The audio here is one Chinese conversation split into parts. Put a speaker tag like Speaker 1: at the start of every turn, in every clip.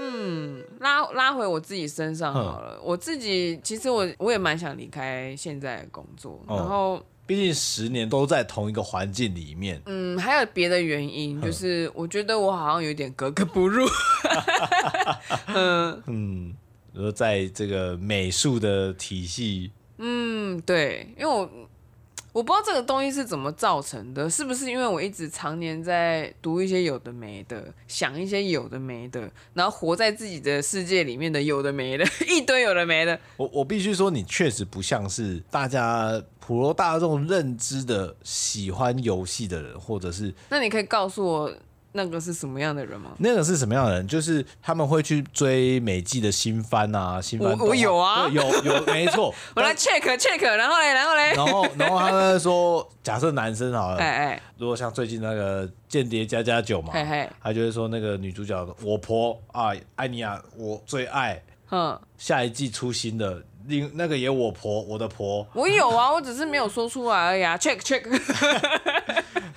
Speaker 1: 嗯拉拉回我自己身上好了。我自己其实我我也蛮想离开现在的工作，
Speaker 2: 哦
Speaker 1: 然后
Speaker 2: 毕竟十年都在同一个环境里面，
Speaker 1: 嗯，还有别的原因，就是我觉得我好像有点格格不入。
Speaker 2: 嗯，然后在这个美术的体系，
Speaker 1: 嗯，对，因为我我不知道这个东西是怎么造成的，是不是因为我一直常年在读一些有的没的，想一些有的没的，然后活在自己的世界里面的有的没的， 一堆有的没的。
Speaker 2: 我我必须说，你确实不像是大家普罗大众认知的喜欢游戏的人，或者是
Speaker 1: 那你可以告诉我那个是什么样的人吗？
Speaker 2: 那个是什么样的人？就是他们会去追美剧的新番啊，新番
Speaker 1: 我
Speaker 2: 动画
Speaker 1: 我有啊。
Speaker 2: 对有有没错
Speaker 1: 我来 check check，然后嘞，然后嘞，
Speaker 2: 然后然后他们说，假设男生好了，
Speaker 1: 哎
Speaker 2: 如果像最近那个《间谍加加九》嘛
Speaker 1: 哎，嘿嘿，
Speaker 2: 他就会说那个女主角我婆啊，艾尼亚我最爱，
Speaker 1: 嗯，
Speaker 2: 下一季出新的，另那个也我婆我的婆，
Speaker 1: 我有啊，我只是没有说出来而已 啊，check check，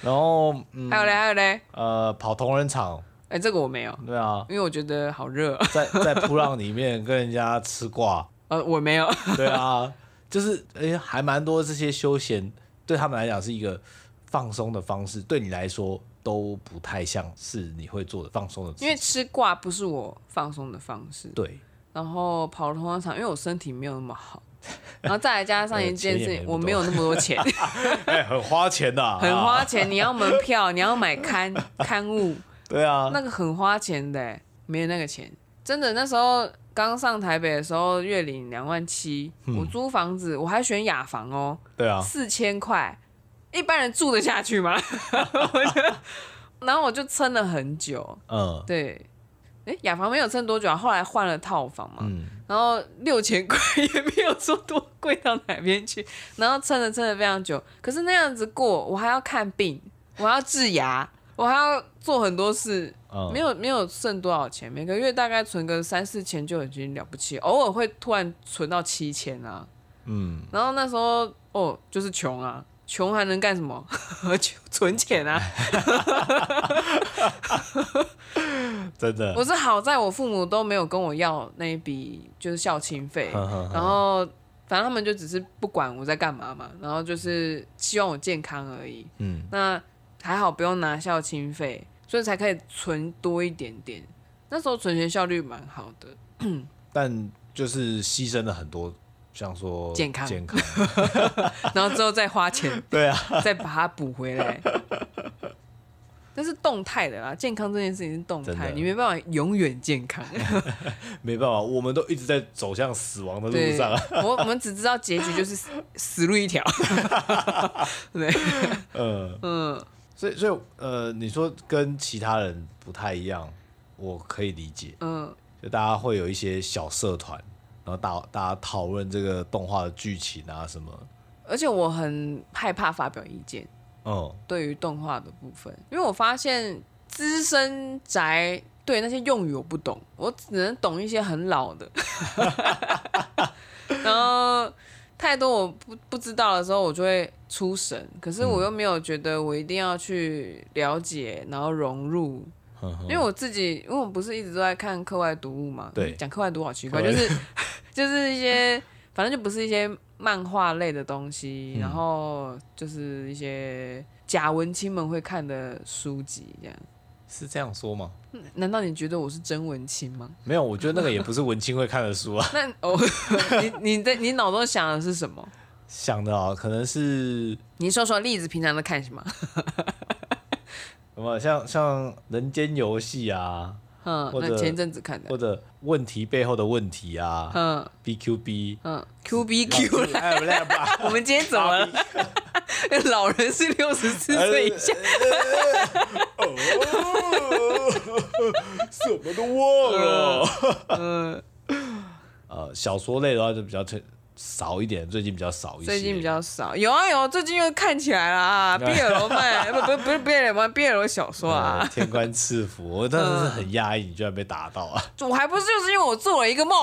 Speaker 2: 然后嗯
Speaker 1: 还有嘞，还有嘞，
Speaker 2: 呃跑同人场，
Speaker 1: 哎，这个我没有，
Speaker 2: 对啊，
Speaker 1: 因为我觉得好热，啊
Speaker 2: 在在扑浪里面跟人家吃挂，
Speaker 1: 呃，我没有，
Speaker 2: 对啊，就是哎、还蛮多这些休闲对他们来讲是一个放松的方式，对你来说都不太像是你会做的放松的事情，
Speaker 1: 因为吃挂不是我放松的方式，
Speaker 2: 对
Speaker 1: 然后跑通话场，因为我身体没有那么 好，然后再来加上一件事
Speaker 2: 钱
Speaker 1: 情，
Speaker 2: 也没那么多
Speaker 1: 我没有那么多 钱，
Speaker 2: 哎、很花钱的、啊，
Speaker 1: 很花钱，你要门票，你要买 刊刊物，
Speaker 2: 对啊，
Speaker 1: 那个很花钱的欸，没有那个钱。真的，那时候刚上台北的时候，月领两万七，我租房子，我还选雅房哦，
Speaker 2: 对啊，
Speaker 1: 四千块，一般人住得下去吗？ 我就，然后我就撑了很久，
Speaker 2: 嗯
Speaker 1: 对，哎，雅房没有撑多久啊，后来换了套房嘛，
Speaker 2: 嗯，
Speaker 1: 然后六千块也没有说多贵到哪边去，然后撑着撑着非常久，可是那样子过，我还要看病，我还要治牙，我还要做很多事，
Speaker 2: 嗯
Speaker 1: 没有没有剩多少钱，每个月大概存个三四千就已经了不起，偶尔会突然存到七千啊，
Speaker 2: 嗯，
Speaker 1: 然后那时候哦就是穷啊，穷还能干什么？ 就存钱啊！
Speaker 2: 真的，
Speaker 1: 我是好在我父母都没有跟我要那一笔就是孝亲费，
Speaker 2: 哼哼哼
Speaker 1: 然后反正他们就只是不管我在干嘛嘛，然后就是希望我健康而已。
Speaker 2: 嗯，
Speaker 1: 那还好不用拿孝亲费，所以才可以存多一点点。那时候存钱效率蛮好的，
Speaker 2: 但就是牺牲了很多，像说
Speaker 1: 健康
Speaker 2: 健康，
Speaker 1: 然后之后再花钱
Speaker 2: 对啊，
Speaker 1: 再把它补回来。但是动态的啦，健康这件事情是动
Speaker 2: 真
Speaker 1: 态，
Speaker 2: 的
Speaker 1: 你没办法永远健 康。
Speaker 2: 没办法，我们都一直在走向死亡的
Speaker 1: 对
Speaker 2: 路上啊。，
Speaker 1: 我我们只知道结局就是死死路一条。 对，
Speaker 2: 呃，
Speaker 1: 嗯，
Speaker 2: 所以所以呃，你说跟其他人不太一样，我可以理解。
Speaker 1: 嗯，
Speaker 2: 就大家会有一些小社团，然后大大家讨论这个动画的剧情啊什么。
Speaker 1: 而且我很害怕发表意见，
Speaker 2: 嗯，
Speaker 1: 对于动画的部分，因为我发现资深宅对那些用语我不懂，我只能懂一些很老的， 然后太多我不不知道的时候，我就会出神。可是我又没有觉得我一定要去了解，然后融入，
Speaker 2: 哼哼
Speaker 1: 因为我自己，因为我不是一直都在看课外读物嘛，
Speaker 2: 对
Speaker 1: 讲课外读物好奇怪，
Speaker 2: 课
Speaker 1: 就
Speaker 2: 外
Speaker 1: 是 就是一些，反正就不是一些漫画类的东西，然后就是一些假文青们会看的书籍这样。
Speaker 2: 是这样说吗？
Speaker 1: 难道你觉得我是真文青吗？
Speaker 2: 没有，我觉得那个也不是文青会看的书啊。
Speaker 1: 那 哦，你你在你脑中想的是什么？
Speaker 2: 想的啊，可能是
Speaker 1: 你说说例子，平常都看什么？
Speaker 2: 什么像像《人间游戏》啊，
Speaker 1: 嗯，
Speaker 2: 或者
Speaker 1: 那前阵子看的
Speaker 2: 或，者《问题背后的问题》啊，
Speaker 1: 嗯
Speaker 2: BQB。
Speaker 1: 嗯，Q B Q 啦。
Speaker 2: 哎，不赖吧？
Speaker 1: 我们今天怎么了？老人是六十四岁以下。
Speaker 2: 哦什么都忘
Speaker 1: 了。嗯，
Speaker 2: 呃，小说类的话就比较特少一点，最近比较少一些。
Speaker 1: 最近比较少，有啊有，最近又看起来了 啊，BL 漫，不不不是 BL 漫，BL 小说
Speaker 2: 呃
Speaker 1: 啊，
Speaker 2: 天官赐福，我当时是很压抑，你居然被打到啊！
Speaker 1: 我还不是就是因为我做了一个梦，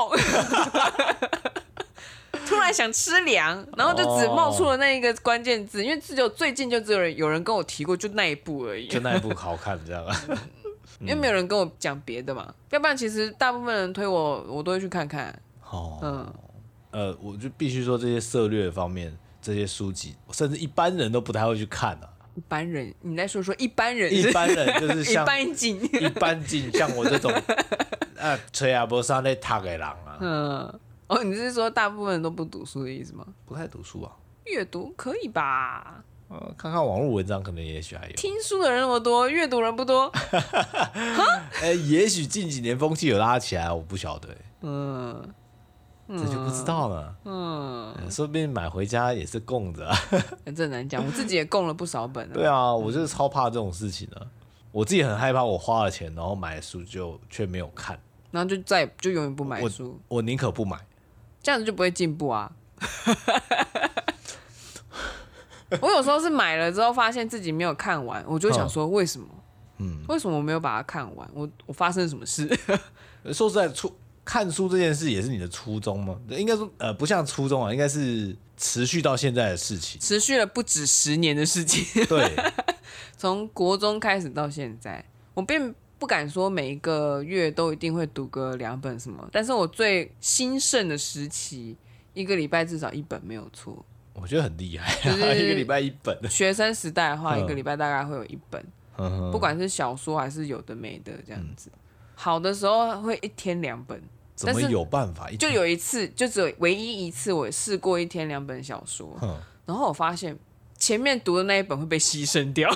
Speaker 1: 突然想吃凉，然后就只
Speaker 2: 哦
Speaker 1: 冒出了那一个关键字，因
Speaker 2: 嗯
Speaker 1: 为只有最近就只有人有人跟我提过，就那一部而已 嗯
Speaker 2: 就。那一部好看，这样啊。
Speaker 1: 因为没有人跟我讲别的嘛。要不然其实大部分人推我，我都会去看看。
Speaker 2: 哦，
Speaker 1: 嗯，
Speaker 2: 呃，我就必须说这些策略方面，这些书籍，甚至一般人都不太会去看啊。
Speaker 1: 一般人，你再说说 一般人
Speaker 2: 一般人就是
Speaker 1: 一
Speaker 2: 像
Speaker 1: 般景。
Speaker 2: 一般进像我 这种啊，吹阿伯上在塔给狼啊，
Speaker 1: 嗯，哦，你是说大部分人都不读书的意思吗？
Speaker 2: 不太读
Speaker 1: 嗯
Speaker 2: 书啊。
Speaker 1: 阅读可以吧？
Speaker 2: 呃，看看网络文章，可能也许还有。
Speaker 1: 听书的人那么多，阅读人不多。
Speaker 2: 哎、也许近几年风气有拉起来，我不晓得、欸
Speaker 1: 嗯
Speaker 2: 这就不知道了。
Speaker 1: 嗯，
Speaker 2: 呃说不定买回家也是供着、啊。
Speaker 1: 这很难讲。我自己也供了不少本啊。
Speaker 2: 对啊，我就是超怕这种事情的、我自己很害怕，我花了钱，然后买的书就却没有看，
Speaker 1: 然后就再也就永远不买书，
Speaker 2: 我宁可不买。
Speaker 1: 这样子就不会进步 啊。我有时候是买了之后，发现自己没有看完，我就想说为什么？
Speaker 2: 嗯，
Speaker 1: 为什么我没有把它看完？我我发生了什么事？。
Speaker 2: 呃说实在，初看书这件事也是你的初衷吗？应该说，呃，不像初衷啊，应该是持续到现在的事情
Speaker 1: 持续了不止十年的事情。
Speaker 2: 对，
Speaker 1: 从国中开始到现在，我并不敢说每一个月都一定会读个两本什么，但是我最兴盛的时期，一个礼拜至少一本没有错。
Speaker 2: 我觉得很厉害、啊，
Speaker 1: 就是
Speaker 2: 一个礼拜一本，
Speaker 1: 学生时代的话，
Speaker 2: 嗯
Speaker 1: 一个礼拜大概会有一本，不
Speaker 2: 不
Speaker 1: 管是小说还是有的没的这样子。好的时候会一天两本，
Speaker 2: 怎么
Speaker 1: 但是
Speaker 2: 有办法，一
Speaker 1: 就有一次，就只有唯一一次我试过一天两本小说，
Speaker 2: 哼
Speaker 1: 然后我发现前面读的那一本会被牺牲 掉，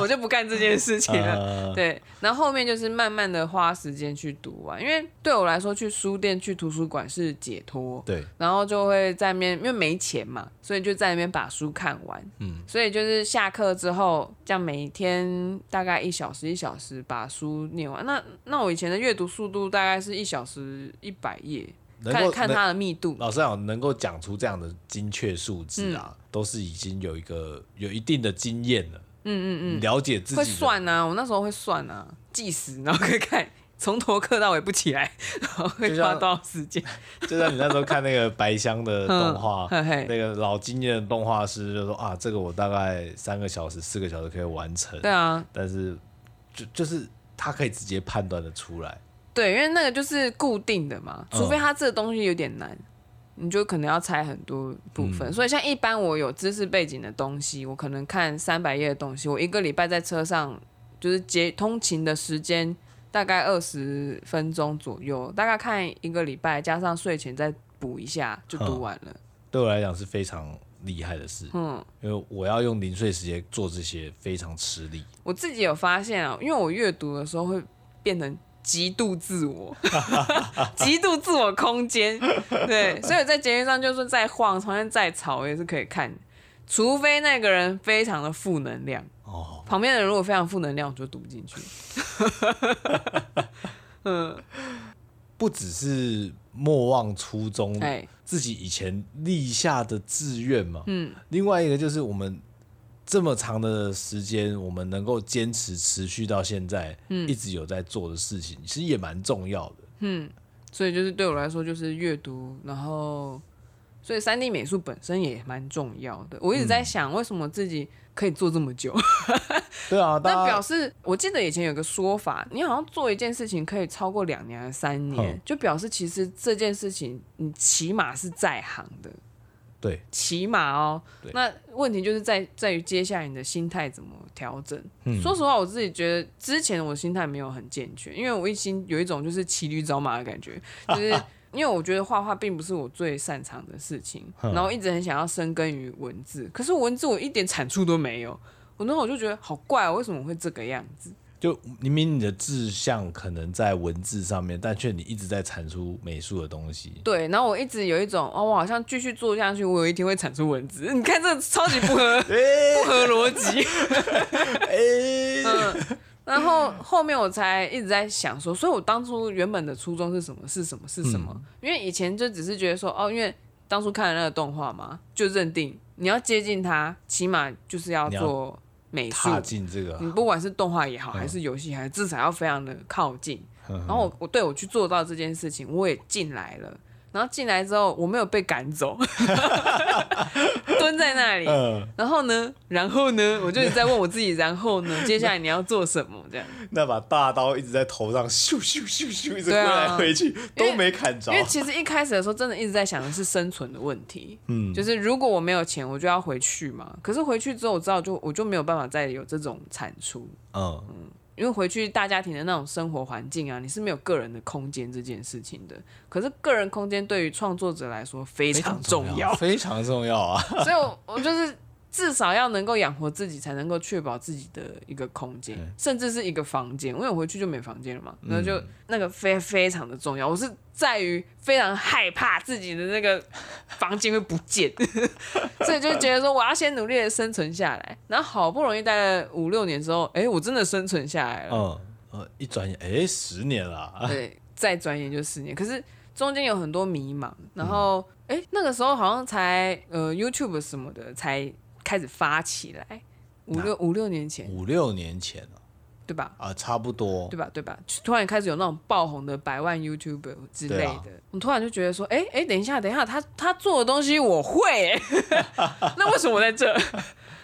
Speaker 1: 我就不干这件事情了。
Speaker 2: 呃
Speaker 1: 对，然后后面就是慢慢的花时间去读啊完，因为对我来说，去书店、去图书馆是解脱，
Speaker 2: 对，
Speaker 1: 然后就会在那边，因为没钱嘛，所以就在那边把书看完。
Speaker 2: 嗯，
Speaker 1: 所以就是下课之后，这样每天大概一小时一小时把书念完。那那我以前的阅读速度大概是一小时一百页，
Speaker 2: 能
Speaker 1: 看
Speaker 2: 够
Speaker 1: 看
Speaker 2: 能
Speaker 1: 它的密度。
Speaker 2: 老实讲，能够讲出这样的精确数字啊，
Speaker 1: 嗯
Speaker 2: 都是已经有一个有一定的经验了。嗯嗯嗯，了解自己
Speaker 1: 会
Speaker 2: 的
Speaker 1: 算啊，我那时候会算啊，计时，然后可以看从头课到尾不起来，然后会
Speaker 2: 就
Speaker 1: 花
Speaker 2: 像
Speaker 1: 多少时间？，
Speaker 2: 就像你那时候看那个白箱的动画
Speaker 1: 嗯 嘿嘿
Speaker 2: 那个老经验的动画师就说啊，这个我大概三个小时、四个小时可以完成，
Speaker 1: 对啊，
Speaker 2: 但是就就是他可以直接判断的出来。
Speaker 1: 对，因为那个就是固定的嘛，
Speaker 2: 嗯
Speaker 1: 除非它这个东西有点难，你就可能要拆很多部分。所以像一般我有知识背景的东西，我可能看三百页的东西，我一个礼拜在车上就是接通勤的时间大概二十分钟左右，大概看一个礼拜，加上睡前再补一下就读完了。
Speaker 2: 对我来讲是非常厉害的事，
Speaker 1: 嗯，
Speaker 2: 因为我要用零碎时间做这些非常吃力。
Speaker 1: 我自己有发现啊，因为我阅读的时候会变成极度自我， 极度自我空间。对，所以我在节目上就是再晃，床上再吵，我也是可以看，除非那个人非常的负能量，
Speaker 2: 哦，
Speaker 1: 旁边的人如果非常负能量，我就读不进去。
Speaker 2: 不只是莫忘初衷，
Speaker 1: 哎，
Speaker 2: 自己以前立下的志愿嘛。
Speaker 1: 嗯，
Speaker 2: 另外一个就是我们这么长的时间，我们能够坚持持续到现在，
Speaker 1: 嗯
Speaker 2: 一直有在做的事情，其实也蛮重要的。
Speaker 1: 所以就是对我来说就是阅读，然后。所以三 D 美术本身也蛮重要的。我一直在想，为什么自己可以做这么久？
Speaker 2: 对啊，
Speaker 1: 那
Speaker 2: 大
Speaker 1: 表
Speaker 2: 家
Speaker 1: 示，我记得以前有个说法，你好像做一件事情可以超过两年、还是三年
Speaker 2: 嗯，
Speaker 1: 就表示其实这件事情你起码是在行的，
Speaker 2: 对
Speaker 1: 起码哦
Speaker 2: 对。
Speaker 1: 那问题就是在在于接下来你的心态怎么调整。说实话，我自己觉得之前我心态没有很健全，因为我一心有一种就是骑驴找马的感觉，就是因为我觉得画画并不是我最擅长的事情，
Speaker 2: 嗯
Speaker 1: 然后一直很想要深耕于文字，可是文字我一点产出都没有。我那时候我就觉得好怪、哦，为什么我会这个样子？
Speaker 2: 就明明你的志向可能在文字上面，但却你一直在产出美术的东西。
Speaker 1: 对，然后我一直有一种哦，我好像继续做下去，我有一天会产出文字。你看这超级不合
Speaker 2: 哎
Speaker 1: 不合逻辑。嗯，然后后面我才一直在想说，所以我当初原本的初衷是什么？是什么？是什么？
Speaker 2: 嗯
Speaker 1: 因为以前就只是觉得说，哦，因为当初看了那个动画嘛，就认定你要接近它，起码就是要
Speaker 2: 你要
Speaker 1: 做美术
Speaker 2: 踏进嗯这个
Speaker 1: 你不管是动画也好，还是游戏，还是
Speaker 2: 嗯
Speaker 1: 至少要非常的靠近。然后我我对我去做到这件事情，我也进来了。然后进来之后，我没有被赶走， 蹲在那里。
Speaker 2: 嗯，
Speaker 1: 然后呢？然后呢？我就一直在问我自己，然后呢？接下来你要做什么？这样，
Speaker 2: 那把大刀一直在头上咻咻咻咻一直挥
Speaker 1: 对啊
Speaker 2: 来挥去，
Speaker 1: 因
Speaker 2: 都
Speaker 1: 为
Speaker 2: 没砍着
Speaker 1: 因。为其实一开始的时候，真的一直在想的是生存的问题。
Speaker 2: 嗯，
Speaker 1: 就是如果我没有钱，我就要回去嘛。可是回去之后，我知道就我就没有办法再有这种产出，
Speaker 2: 嗯，
Speaker 1: 因为回去大家庭的那种生活环境啊，你是没有个人的空间这件事情的。可是个人空间对于创作者来说非常重要，
Speaker 2: 非常重要啊。
Speaker 1: 所以我我就是至少要能够养活自己，才能够确保自己的一个空间
Speaker 2: 对，
Speaker 1: 甚至是一个房间。因为我回去就没房间了嘛，那就那个非非常的重要。我是在于非常害怕自己的那个房间会不见， 所以就觉得说我要先努力的生存下来。然后好不容易待了五六年之后，哎、我真的生存下来了。
Speaker 2: 嗯呃，一转眼哎，十年了啊。
Speaker 1: 对，再转眼就四年。可是中间有很多迷茫，然
Speaker 2: 嗯
Speaker 1: 后哎、诶那个时候好像才呃 YouTube 什么的才开始发起来，五六五六年前
Speaker 2: 五六年前了
Speaker 1: 对吧？
Speaker 2: 啊，差不多
Speaker 1: 对。吧？对吧？就突然开始有那种爆红的百万 YouTuber 之类
Speaker 2: 对
Speaker 1: 的，
Speaker 2: 啊
Speaker 1: 我突然就觉得说，哎、哎、等一下，等一下，他他做的东西我会、 诶那为什么我在这？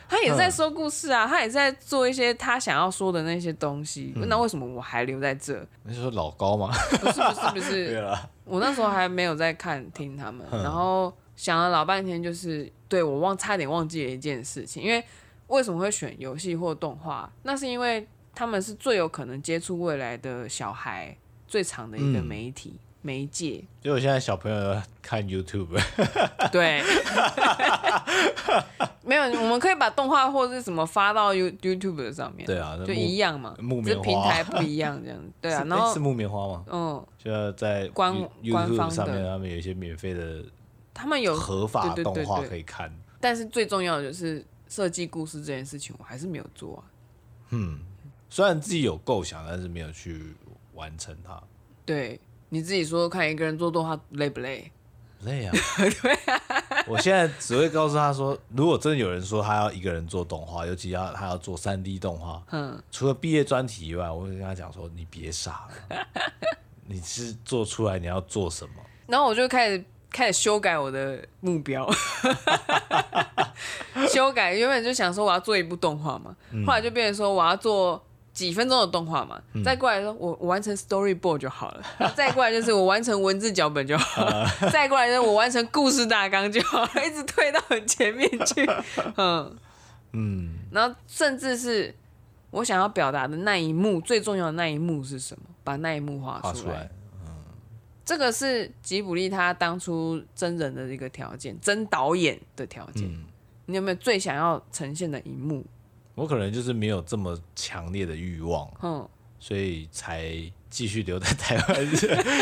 Speaker 1: 他也是
Speaker 2: 嗯
Speaker 1: 在说故事啊，他也是在做一些他想要说的那些东西。
Speaker 2: 嗯
Speaker 1: 那为什么我还留在这？
Speaker 2: 那就说老高嘛，
Speaker 1: 不是不是不是，
Speaker 2: 对啊了，
Speaker 1: 我那时候还没有在看听他们，
Speaker 2: 嗯
Speaker 1: 然后想了老半天，就是对我忘差点忘记了一件事情，因为为什么会选游戏或动画？那是因为他们是最有可能接触未来的小孩最长的一个
Speaker 2: 嗯
Speaker 1: 媒体、媒介，
Speaker 2: 因为我现在小朋友看 YouTube，
Speaker 1: 对， 没有，我们可以把动画或是什么发到 You YouTube 上面，
Speaker 2: 对啊，那
Speaker 1: 就
Speaker 2: 木
Speaker 1: 一样嘛，
Speaker 2: 木
Speaker 1: 只是
Speaker 2: 棉
Speaker 1: 平
Speaker 2: 花
Speaker 1: 台不一样这样，对啊，
Speaker 2: 是
Speaker 1: 然
Speaker 2: 诶
Speaker 1: 后
Speaker 2: 是木棉花吗？
Speaker 1: 嗯，
Speaker 2: 就要在
Speaker 1: 官
Speaker 2: You-
Speaker 1: 官方
Speaker 2: YouTube
Speaker 1: 的
Speaker 2: 上面，他们有一些免费的
Speaker 1: 他们有
Speaker 2: 合法
Speaker 1: 对对对
Speaker 2: 动画
Speaker 1: 对
Speaker 2: 可以看。
Speaker 1: 但是最重要的就是设计故事这件事情，我还是没有做啊。
Speaker 2: 虽然自己有构想，但是没有去完成它，
Speaker 1: 对，你自己说，看一个人做动画累不累？
Speaker 2: 累啊。 对啊，我现在只会告诉他说，如果真的有人说他要一个人做动画，尤其要他要做三 D 动画，
Speaker 1: 嗯，
Speaker 2: 除了毕业专题以外，我会跟他讲说，你别傻了，你是做出来你要做什么？
Speaker 1: 然后我就开始开始修改我的目标，修改原本就想说我要做一部动画嘛，后来就变成说我要做。几分钟的动画嘛，再过来说我我完成 storyboard 就好了，然后再过来就是我完成文字脚本就好了，再过来就是我完成故事大纲就好了，一直推到很前面去，嗯，
Speaker 2: 嗯，
Speaker 1: 然后甚至是我想要表达的那一幕，最重要的那一幕是什么？把那一幕画
Speaker 2: 画
Speaker 1: 出
Speaker 2: 出
Speaker 1: 来。
Speaker 2: 来，
Speaker 1: 这个是吉卜力他当初真人的一个条件，真导演的条件。
Speaker 2: 嗯。
Speaker 1: 你有没有最想要呈现的一幕？
Speaker 2: 我可能就是没有这么强烈的欲望，
Speaker 1: 嗯，
Speaker 2: 所以才继续留在台湾，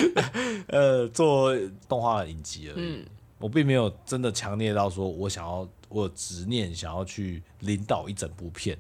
Speaker 2: 呃，做动画影集而
Speaker 1: 嗯
Speaker 2: 已。我并没有真的强烈到说我想要，我有执念想要去领导一整部片。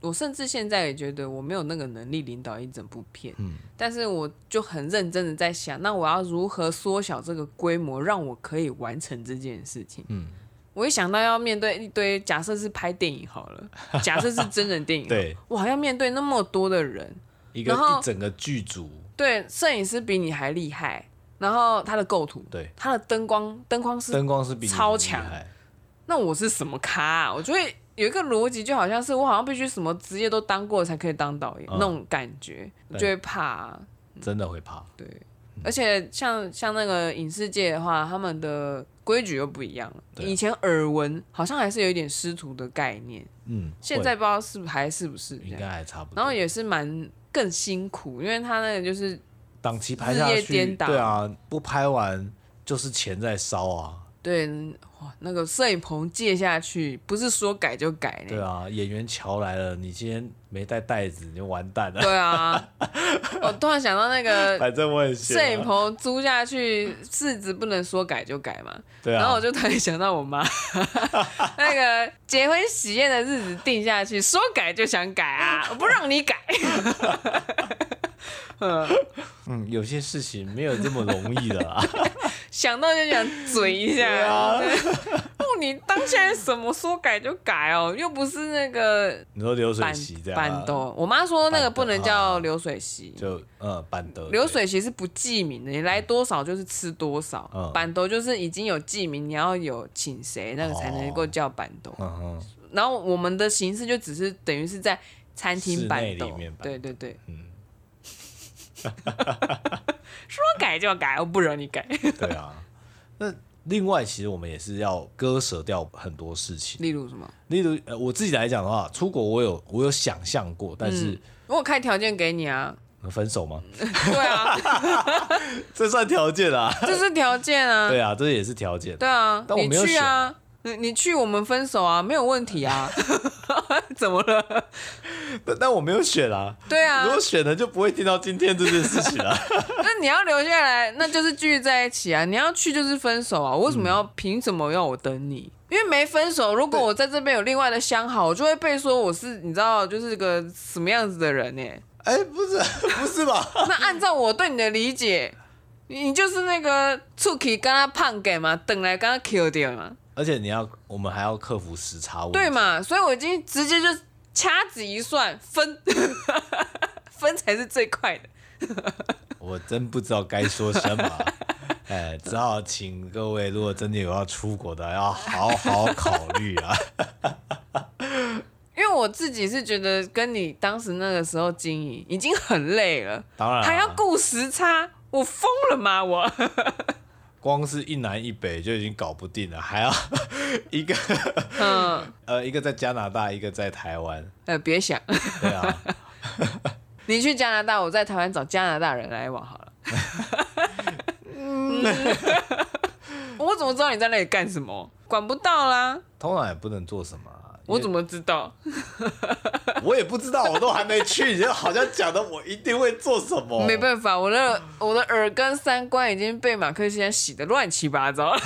Speaker 1: 我甚至现在也觉得我没有那个能力领导一整部片，
Speaker 2: 嗯
Speaker 1: 但是我就很认真的在想，那我要如何缩小这个规模，让我可以完成这件事情。
Speaker 2: 嗯
Speaker 1: 我一想到要面对一堆，假设是拍电影好 了，假设是真人电影，
Speaker 2: 对，
Speaker 1: 哇，要面对那么多的人，
Speaker 2: 一个
Speaker 1: 然后
Speaker 2: 一整个剧组，
Speaker 1: 对，摄影师比你还厉害，然后他的构图，
Speaker 2: 对，
Speaker 1: 他的灯光，灯光师，
Speaker 2: 灯光是比你
Speaker 1: 超
Speaker 2: 厉
Speaker 1: 强
Speaker 2: 害
Speaker 1: 那我是什么咖、啊？我就会有一个逻辑，就好像是我好像必须什么职业都当过才可以当导演、
Speaker 2: 嗯
Speaker 1: 那种感觉，我就会怕啊、
Speaker 2: 真的会怕。
Speaker 1: 对，而且像像那个影视界的话，他们的规矩又不一样了。
Speaker 2: 对啊
Speaker 1: 以前耳闻好像还是有一点师徒的概念，
Speaker 2: 嗯，
Speaker 1: 现
Speaker 2: 会
Speaker 1: 在不知道是不还是不是这
Speaker 2: 应
Speaker 1: 样。
Speaker 2: 该还差不多。
Speaker 1: 然后也是蛮更辛苦，因为他那个就是
Speaker 2: 档期拍下
Speaker 1: 日夜
Speaker 2: 去，
Speaker 1: 颠倒
Speaker 2: 对啊，不拍完就是钱在烧啊，
Speaker 1: 对，哇，那个摄影棚借下去，不是说改就改呢。
Speaker 2: 对啊，演员乔来了，你今天没带袋子，你就完蛋了。
Speaker 1: 对 啊，我突然想到那个
Speaker 2: 反正我也闲啊
Speaker 1: 摄影棚租下去，市值不能说改就改嘛。
Speaker 2: 对啊，
Speaker 1: 然后我就突然想到我 妈，那个结婚喜宴的日子定下去，说改就想改啊，我不让你改。
Speaker 2: 嗯，有些事情没有这么容易的啦。
Speaker 1: 想到就想嘴一下。
Speaker 2: 对啊，
Speaker 1: 哦，你当下什么说改就改哦，又不是那个
Speaker 2: 你说流水
Speaker 1: 板
Speaker 2: 席这样啊，
Speaker 1: 板豆。我妈说那个不能
Speaker 2: 板
Speaker 1: 叫
Speaker 2: 豆
Speaker 1: 流水席，
Speaker 2: 就嗯板的
Speaker 1: 流水席是不记名的，你来多少就是吃多少。
Speaker 2: 嗯
Speaker 1: 板豆就是已经有记名，你要有请谁，那个才能够叫板豆。
Speaker 2: 对哦嗯哼
Speaker 1: 然后我们的形式就只是等于是在餐厅板
Speaker 2: 室内
Speaker 1: 豆
Speaker 2: 里面，板
Speaker 1: 对对对，
Speaker 2: 嗯，
Speaker 1: 说改就改，我不惹你改。
Speaker 2: 对啊。那另外，其实我们也是要割舍掉很多事情。
Speaker 1: 例如什么？
Speaker 2: 例如，呃，我自己来讲的话，出国我有我有想象过，但是、
Speaker 1: 嗯我有开条件给你 啊，
Speaker 2: 呃分手吗？
Speaker 1: 对啊，
Speaker 2: 这算条件啊？
Speaker 1: 这是条件啊，
Speaker 2: 对啊，这也是条件。
Speaker 1: 对啊，
Speaker 2: 但我
Speaker 1: 你
Speaker 2: 没有
Speaker 1: 去
Speaker 2: 选
Speaker 1: 啊，你你去我们分手啊，没有问题 啊，怎么了？
Speaker 2: 但但我没有选啊。
Speaker 1: 对啊
Speaker 2: 如，果选了，就不会听到今天这件事情 了、
Speaker 1: 那你要留下来，那就是继续在一起啊，你要去就是分手啊，我为什么要凭什么要我等你？因为没分手，如果我在这边有另外的相好，我就会被说我是你知道就是个什么样子的人呢、
Speaker 2: 哎、不是，不是吧？
Speaker 1: 那按照我对你的理解，你你就是那个出去跟他胖给嘛，等来跟他 kill 掉嘛，
Speaker 2: 而且你要，我们还要克服时差问题。
Speaker 1: 对？嘛？所以我已经直接就掐指一算，分 分才是最快的。
Speaker 2: 我真不知道该说什 么。哎，只好请各位，如果真的有要出国的，要好好考虑啊。
Speaker 1: 因为我自己是觉得跟你当时那个时候经营已经很累了，
Speaker 2: 当然啊
Speaker 1: 还要顾时差，我疯了吗？我
Speaker 2: 光是一南一北就已经搞不定了，还要 一个
Speaker 1: 嗯
Speaker 2: 呃，一个在加拿大，一个在台湾。
Speaker 1: 呃，别想，
Speaker 2: 对啊，
Speaker 1: 你去加拿大，我在台湾找加拿大人来往好了。嗯 我怎么知道你在那里干什么？管不到啦，
Speaker 2: 通常也不能做什么、啊。
Speaker 1: 我怎
Speaker 2: 么
Speaker 1: 么知道？
Speaker 2: 我也不知道，我都还没去， 你就好像讲的我一定会做什么。
Speaker 1: 没办法，我的我的耳根三观已经被马克先生洗得乱七八糟了。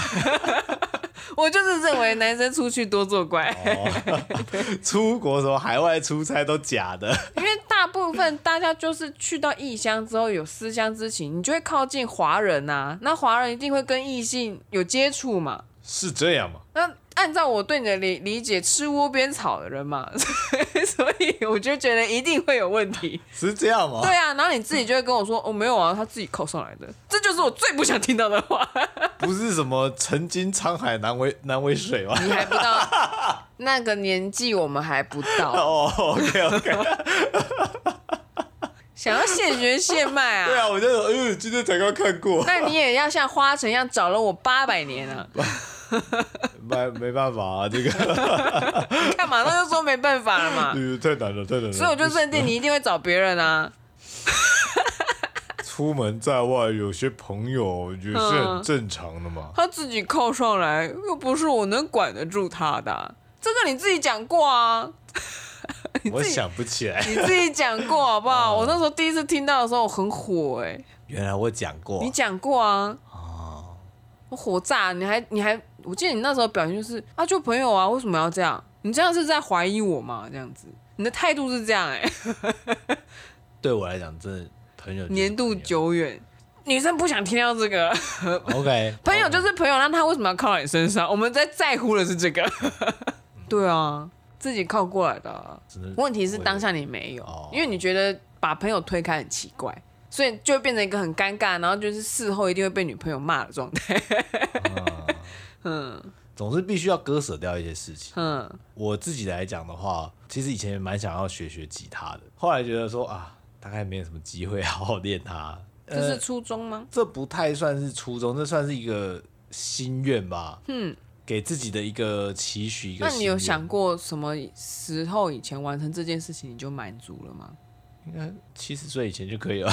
Speaker 1: 我就是认为男生出去多作怪，
Speaker 2: 哦 出国什么海外出差都假的。
Speaker 1: 因为大部分大家就是去到异乡之后有思乡之情，你就会靠近华人呐、那华人一定会跟异性有接触嘛。
Speaker 2: 是这样吗？
Speaker 1: 那按照我对你的理理解，吃窝边草的人嘛， 所以我就觉得一定会有问题。
Speaker 2: 是这样吗？
Speaker 1: 对啊，然后你自己就会跟我说：“哦，没有啊，他自己扣上来的。”这就是我最不想听到的话。
Speaker 2: 不是什么曾经沧海难为难为水吗？
Speaker 1: 你还不到那个年纪，我们还不到，
Speaker 2: 哦，OK OK，
Speaker 1: 想要现学现卖
Speaker 2: 对
Speaker 1: 啊。
Speaker 2: 啊，我就说，嗯，今天才刚看过，
Speaker 1: 那你也要像花城一样找了我八百年啊！
Speaker 2: 没没办法啊，这个
Speaker 1: 你看马上就说没办法了 嘛，
Speaker 2: 嗯太难了，太难了。
Speaker 1: 所以我就认定你一定会找别人啊。
Speaker 2: 出门在外，有些朋友也是
Speaker 1: 嗯
Speaker 2: 很正常 的嘛。
Speaker 1: 他自己扣上来，又不是我能管得住他的啊、这个你自己讲过啊，
Speaker 2: 我想不起来，
Speaker 1: 你自己讲过好不好？我那时候第一次听到的时候，我很火哎、
Speaker 2: 原来我讲过
Speaker 1: 你讲过啊。我火炸，你还你还，我记得你那时候表情就是啊，就朋友啊，为什么要这样？你这样是在怀疑我吗？这样子，你的态度是这样哎、
Speaker 2: 对我来讲，真的朋友就是
Speaker 1: 年度
Speaker 2: 朋友
Speaker 1: 久远，女生不想听到这个，
Speaker 2: ，OK，
Speaker 1: 朋友就是朋友，那他为什么要靠到你身上？我们在在乎的是这个， 对啊，自己靠过来的啊、
Speaker 2: 只能
Speaker 1: 问题是当下你没有
Speaker 2: 哦，
Speaker 1: 因为你觉得把朋友推开很奇怪，所以就会变成一个很尴尬，然后就是事后一定会被女朋友骂的状 态。
Speaker 2: 总是必须要割舍掉一些事情。
Speaker 1: 嗯，
Speaker 2: 我自己来讲的话，其实以前也蛮想要学学吉他的，后来觉得说啊，大概没有什么机会好好练它。
Speaker 1: 这
Speaker 2: 呃
Speaker 1: 是初衷吗？
Speaker 2: 这不太算是初衷，这算是一个心愿吧。嗯，给自己的一个期许，一个
Speaker 1: 那你
Speaker 2: 心愿
Speaker 1: 有想过什么时候以前完成这件事情你就满足了吗？
Speaker 2: 应该七十岁以前就可以了。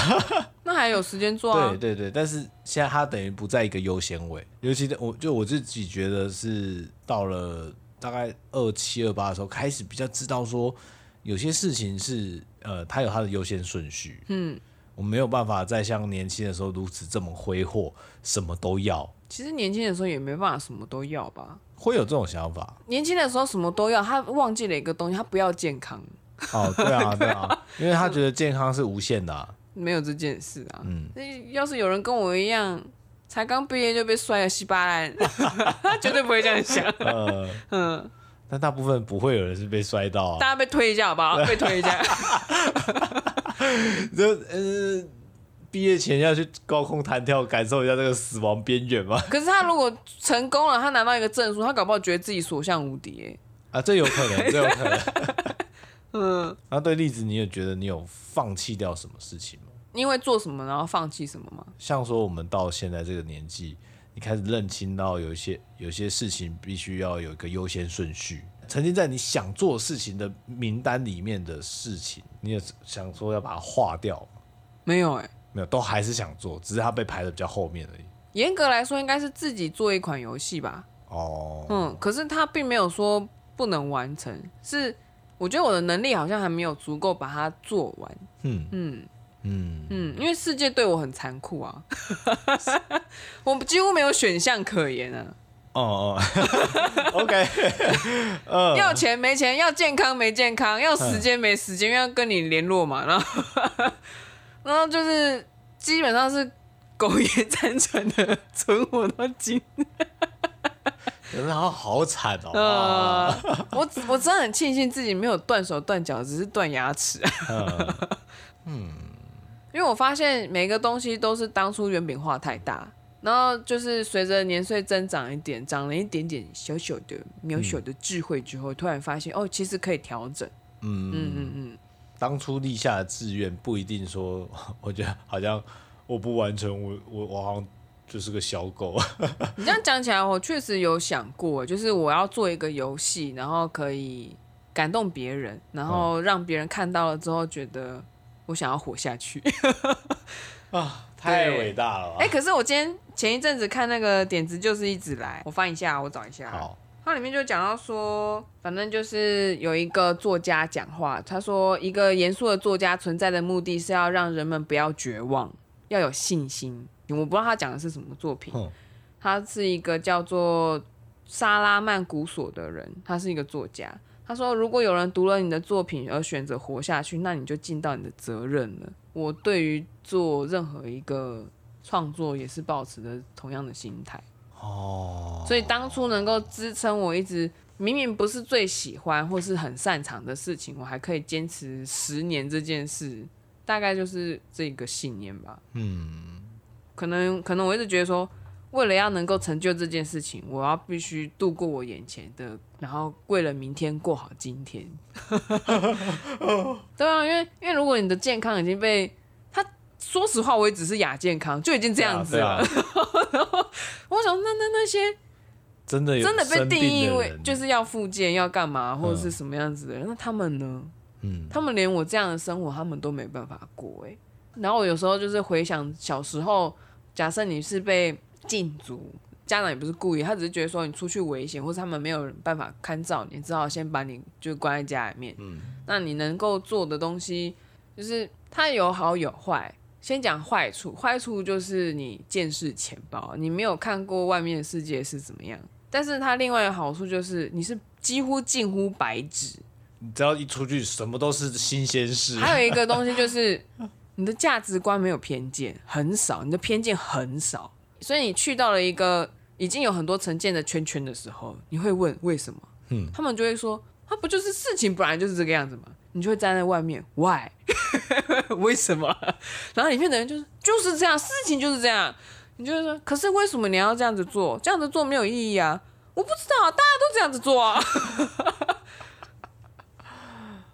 Speaker 1: 那还有时间做啊
Speaker 2: 对？对对，但是现在它等于不在一个优先位，尤其的我就我自己觉得是到了大概二七二八的时候，开始比较知道说有些事情是呃，它有它的优先顺序。嗯，我没有办法再像年轻的时候如此这么挥霍，什么都要，
Speaker 1: 其实年轻的时候也没办法什么都要吧。
Speaker 2: 会有这种想法。
Speaker 1: 年轻的时候什么都要，他忘记了一个东西，他不要健康，
Speaker 2: 哦，对啊，对啊，因为他觉得健康是无限的啊、
Speaker 1: 没有这件事啊。嗯，要是有人跟我一样才刚毕业就被摔得稀巴烂， 他绝对不会这样想。
Speaker 2: 呃，
Speaker 1: 嗯，
Speaker 2: 但大部分不会有人是被摔到
Speaker 1: 大
Speaker 2: 啊，
Speaker 1: 家被推一下好不好？被推一下。
Speaker 2: 就呃，毕业前要去高空弹跳，感受一下这个死亡边缘嘛。
Speaker 1: 可是他如果成功了，他拿到一个证书，他搞不好觉得自己所向无敌、欸。
Speaker 2: 啊，这有可能，这有可能。
Speaker 1: 嗯，
Speaker 2: 那对例子，你有觉得你有放弃掉什么事情吗？
Speaker 1: 因为做什么然后放弃什么吗？
Speaker 2: 像说我们到现在这个年纪，你开始认清到有一些有些事情必须要有一个优先顺序。曾经在你想做事情的名单里面的事情，你也想说要把它划掉吗，
Speaker 1: 没有哎、
Speaker 2: 没有，都还是想做，只是它被排的比较后面而已。
Speaker 1: 严格来说应该是自己做一款游戏吧。
Speaker 2: 哦，
Speaker 1: 嗯，可是他并没有说不能完成，是我觉得我的能力好像还没有足够把它做完。
Speaker 2: 嗯
Speaker 1: 嗯
Speaker 2: 嗯，
Speaker 1: 嗯，因为世界对我很残酷啊， 我几乎没有选项可言啊。
Speaker 2: 哦哦 ，OK，
Speaker 1: 要钱没钱，要健康没健康，要时间没时间，因为要跟你联络嘛，然后 然后就是基本上是苟 延残喘的存活到今
Speaker 2: 可是他好惨哦。
Speaker 1: 呃， 我我真的很庆幸自己没有断手断脚，只是断牙齿。嗯因为我发现每个东西都是当初原饼画太大，然后就是随着年岁增长一点，长了一点点小小的渺小的智慧之后，突然发现哦，其实可以调整。
Speaker 2: 嗯
Speaker 1: 嗯嗯嗯，
Speaker 2: 当初立下的志愿不一定说， 我觉得好像我不完成，我我我好像就是个小狗。
Speaker 1: 你这样讲起来，我确实有想过，就是我要做一个游戏，然后可以感动别人，然后让别人看到了之后觉得我想要活下去。
Speaker 2: 太伟大了吧！
Speaker 1: 哎、可是我今天前一阵子看那个点子，就是一直来，我翻一下，我找一下。
Speaker 2: 好，
Speaker 1: 它里面就讲到说，反正就是有一个作家讲话，他说一个严肃的作家存在的目的是要让人们不要绝望，要有信心。我不知道他讲的是什么作品，
Speaker 2: 哼
Speaker 1: 他是一个叫做莎拉曼古索的人，他是一个作家。他说，如果有人读了你的作品而选择活下去，那你就尽到你的责任了。我对于做任何一个创作也是保持着同样的心态。
Speaker 2: 哦，
Speaker 1: 所以当初能够支撑我一直明明不是最喜欢或是很擅长的事情，我还可以坚持十年这件事，大概就是这个信念吧。
Speaker 2: 嗯，
Speaker 1: 可能可能我一直觉得说，为了要能够成就这件事情，我要必须度过我眼前的，然后为了明天过好今天。 对啊，因为因为如果你的健康已经被他，说实话，我也只是亚健康就已经这样子
Speaker 2: 对
Speaker 1: 了。
Speaker 2: 啊对啊
Speaker 1: 我想那那那些
Speaker 2: 真的有
Speaker 1: 真的被
Speaker 2: 生病
Speaker 1: 定义为
Speaker 2: 人欸
Speaker 1: 就是要复健要干嘛或者是什么样子的人，那他们呢？
Speaker 2: 嗯，
Speaker 1: 他们连我这样的生活他们都没办法过哎、然后我有时候就是回想小时候，假设你是被禁足，家长也不是故意，他只是觉得说你出去危险，或是他们没有人办法看照你，只好先把你就关在家里面。嗯，那你能够做的东西，就是它有好有坏。先讲坏处，坏处就是你见识浅薄，你没有看过外面的世界是怎么样。但是它另外的好处就是你是几乎近乎白纸，
Speaker 2: 你只要一出去，什么都是新鲜事。
Speaker 1: 还有一个东西就是 你的价值观没有偏见，很少，你的偏见很少，所以你去到了一个已经有很多成见的圈圈的时候，你会问为什么？
Speaker 2: 嗯
Speaker 1: 他们就会说，他不就是事情本来就是这个样子吗？你就会站在外面，why？为什么？然后里面的人就是就是这样，事情就是这样。你就会说，可是为什么你要这样子做？这样子做没有意义啊！我不知道，大家都这样子做啊。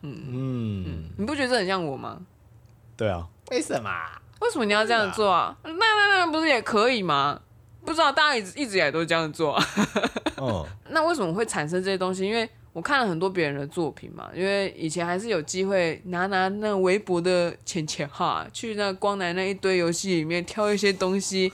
Speaker 2: 嗯，
Speaker 1: 你不觉得这很像我吗？
Speaker 2: 对啊，为什么？
Speaker 1: 为什么你要这样做啊？那那那不是也可以吗？不知道大家一直一直以来都这样做、啊，
Speaker 2: 嗯，
Speaker 1: 那为什么会产生这些东西？因为我看了很多别人的作品嘛，因为以前还是有机会拿拿那微博的钱钱哈，去那光南那一堆游戏里面挑一些东西，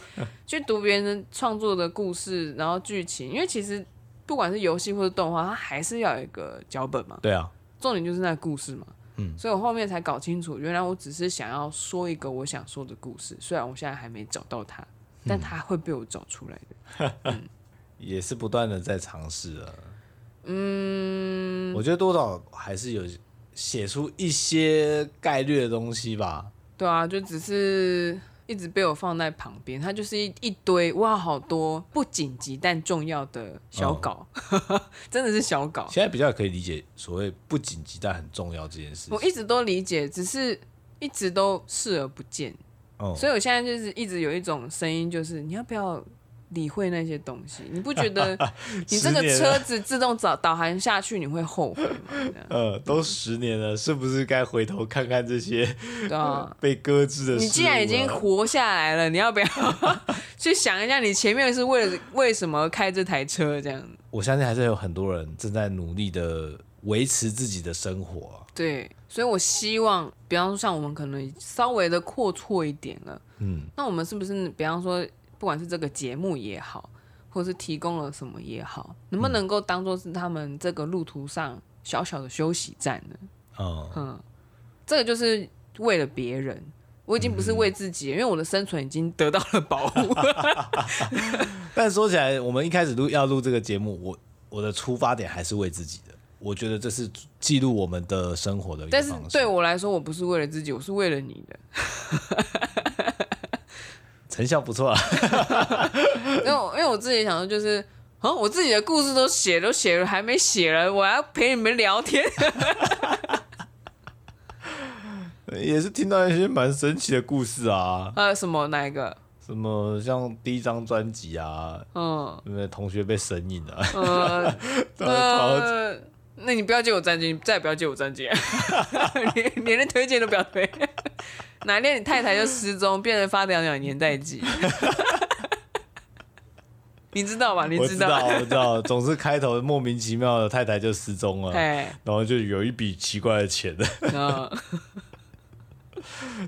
Speaker 1: 去读别人创作的故事，然后剧情。因为其实不管是游戏或者动画，它还是要有一个脚本嘛。
Speaker 2: 对啊，
Speaker 1: 重点就是那个故事嘛。
Speaker 2: 嗯
Speaker 1: 所以我后面才搞清楚，原来我只是想要说一个我想说的故事，虽然我现在还没找到它，但它会被我找出来的。
Speaker 2: 也是不断的在尝试啊。嗯，我觉得多少还是有写出一些概率的东西吧。
Speaker 1: 对啊，就只是一直被我放在旁边，它就是一一堆哇，好多不紧急但重要的小稿， 真的是小稿。
Speaker 2: 现在比较可以理解所谓不紧急但很重要这件事
Speaker 1: 我一直都理解，只是一直都视而不见，
Speaker 2: 嗯，
Speaker 1: 所以我现在就是一直有一种声音，就是你要不要理会那些东西？你不觉得你这个
Speaker 2: 十年
Speaker 1: 车
Speaker 2: 了
Speaker 1: 子自动导导航下去，你会后悔吗？这样
Speaker 2: 呃，都十年了，是不是该回头看看这些
Speaker 1: 对啊。
Speaker 2: 被搁置的事物了？
Speaker 1: 你既然已经
Speaker 2: 啊
Speaker 1: 活下来了，你要 不要去想一下，你前面是为了为什么开这台车这样？
Speaker 2: 我相信还是有很多人正在努力的维持自己的生活啊、
Speaker 1: 对，所以我希望，比方说像我们可能稍微的阔绰一点了，
Speaker 2: 嗯，
Speaker 1: 那我们是不是，比方说，不管是这个节目也好，或是提供了什么也好，能不能够当做是他们这个路途上小小的休息站呢？
Speaker 2: 嗯，
Speaker 1: 嗯，这个就是为了别人，我已经不是为自己了，因为我的生存已经得到了保护。
Speaker 2: 但说起来，我们一开始录要录这个节目，我我的出发点还是为自己的，我觉得这是记录我们的生活的一个
Speaker 1: 但是
Speaker 2: 方式。
Speaker 1: 对我来说，我不是为了自己，我是为了你的。
Speaker 2: 成效不错啊，
Speaker 1: 因为我因为我自己想说，就是啊，我自己的故事都写都写了，还没写了，我还要陪你们聊天。
Speaker 2: 也是听到一些蛮神奇的故事啊，
Speaker 1: 呃，什么哪一个？
Speaker 2: 什么像第一张专辑啊，
Speaker 1: 嗯
Speaker 2: 对不对？同学被神隐啊，
Speaker 1: 呃
Speaker 2: 超
Speaker 1: 呃，那你不要借我专辑，你再也不要借我专 辑，连连推荐都不要推。哪一天你太太就失踪，变成发屌鸟年代记， 你知道吧？你
Speaker 2: 我知道，啊
Speaker 1: 道？
Speaker 2: 我知道，总是开头莫名其妙的太太就失踪了，
Speaker 1: 哎，
Speaker 2: 然后就有一笔奇怪的钱，
Speaker 1: 嗯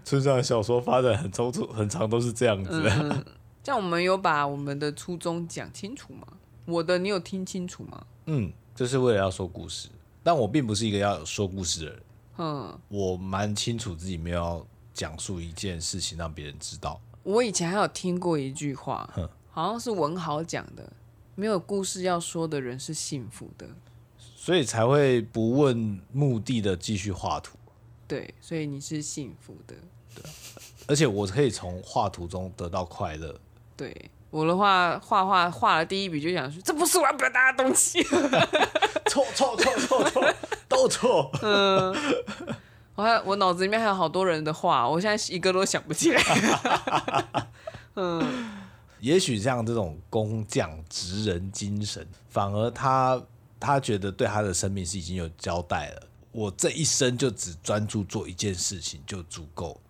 Speaker 2: 村上的小说发展很冲突，很长都是这样子。
Speaker 1: 嗯，这样我们有把我们的初衷讲清楚吗？我的你有听清楚吗？
Speaker 2: 嗯，就是为了要说故事，但我并不是一个要说故事的人，
Speaker 1: 嗯，
Speaker 2: 我蛮清楚自己没有要讲述一件事情让别人知道。
Speaker 1: 我以前还有听过一句话
Speaker 2: 哼，
Speaker 1: 好像是文豪讲的：“没有故事要说的人是幸福的。
Speaker 2: 所以才会不问目的的继续画图，”
Speaker 1: 对，所以你是幸福的。
Speaker 2: 而且我可以从画图中得到快乐。
Speaker 1: 对我的话，画画画了第一笔就想说，这不是我要表达的东西。
Speaker 2: 错错错错错，都错。
Speaker 1: 我还我脑子里面还有好多人的话，我现在一个都想不起来。
Speaker 2: 也许像这种工匠职人精神，反而他他觉得对他的生命是已经有交代了。我这一生就只专注做一件事情就足够，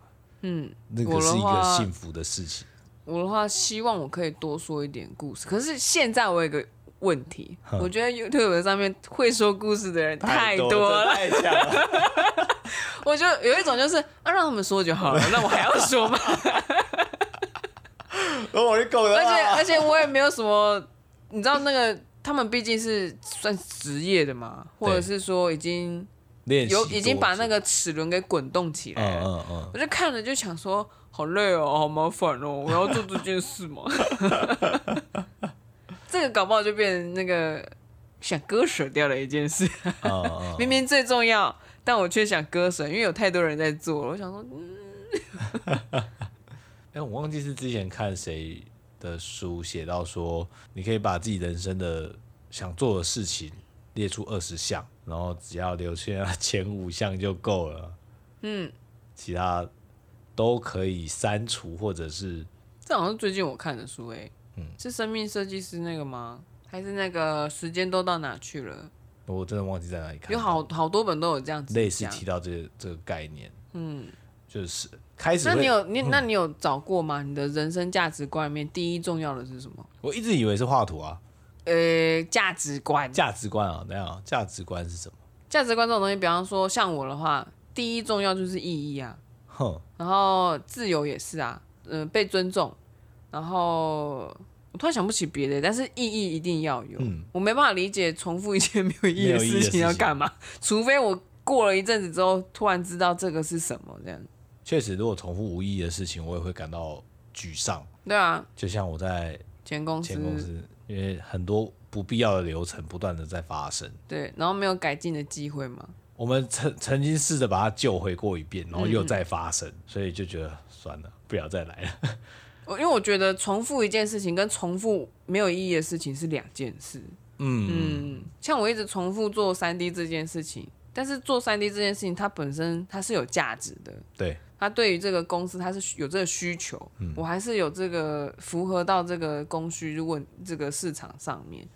Speaker 1: 嗯，
Speaker 2: 那
Speaker 1: 我
Speaker 2: 个
Speaker 1: 的
Speaker 2: 是一个
Speaker 1: 话
Speaker 2: 幸福的事情。
Speaker 1: 我的话，希望我可以多说一点故事。可是现在我有一个问题，我觉得 YouTube 上面会说故事的人太多了，
Speaker 2: 太强了。
Speaker 1: 我就有一种就是啊，让他们说就好了，那我还要说吗？
Speaker 2: 我是狗的
Speaker 1: 而且而且我也没有什么，你知道那个他们毕竟是算职业的嘛，或者
Speaker 2: 对
Speaker 1: 是说已经
Speaker 2: 练习
Speaker 1: 有已经把那
Speaker 2: 个
Speaker 1: 个齿轮给滚动起来
Speaker 2: 嗯
Speaker 1: 了。
Speaker 2: 嗯嗯，
Speaker 1: 我就看着就想说，好累哦，好麻烦哦，我要做这件事吗？ 这个搞不好就变成那个想割舍掉的一件事，
Speaker 2: 嗯嗯
Speaker 1: 明明最重要，但我却想割舍，因为有太多人在做了。我想说，嗯
Speaker 2: 哎、我忘记是之前看谁的书写到说，你可以把自己人生的想做的事情列出二十项，然后只要留下 前五项就够了，
Speaker 1: 嗯，
Speaker 2: 其他都可以删除或者是
Speaker 1: 这好像是最近我看的书诶、
Speaker 2: 嗯
Speaker 1: 是生命设计师那个吗？还是那个时间都到哪去了？
Speaker 2: 我真的忘记在哪里看
Speaker 1: 有
Speaker 2: 到，
Speaker 1: 好好多本都有这样子
Speaker 2: 类似
Speaker 1: 讲
Speaker 2: 提到这个这个概念，嗯，就是开始
Speaker 1: 那你
Speaker 2: 会，
Speaker 1: 有你那你有找过吗？你的人生价值观里面第一重要的是什么？
Speaker 2: 我一直以为是画图啊，
Speaker 1: 呃，价值观，
Speaker 2: 价值观啊，那样啊价值观是什么？
Speaker 1: 价值观这种东西，比方说像我的话，第一重要就是意义啊，
Speaker 2: 哼，
Speaker 1: 然后自由也是啊，嗯、被尊重，然后我突然想不起别的，但是意义一定要有。
Speaker 2: 嗯
Speaker 1: 我没办法理解重复一件没有意义的
Speaker 2: 没有意义的
Speaker 1: 事情要
Speaker 2: 事情
Speaker 1: 干嘛，除非我过了一阵子之后突然知道这个是什么这样。
Speaker 2: 确实，如果重复无意义的事情，我也会感到沮丧。
Speaker 1: 对啊，
Speaker 2: 就像我在
Speaker 1: 前公司
Speaker 2: 前公司，因为很多不必要的流程不断的在发生。
Speaker 1: 对，然后没有改进的机会嘛。
Speaker 2: 我们曾曾经试着把它救回过一遍，然后又再发生，所以就觉得算了，不要再 来了。
Speaker 1: 我因为我觉得重复一件事情跟重复没有意义的事情是两件事。
Speaker 2: 嗯，
Speaker 1: 嗯，像我一直重复做三 D 这件事情，但是做三 D 这件事情它本身它是有价值的，
Speaker 2: 对，
Speaker 1: 它对于这个公司它是有这个需求，我还是有这个符合到这个供需问这个市场上面。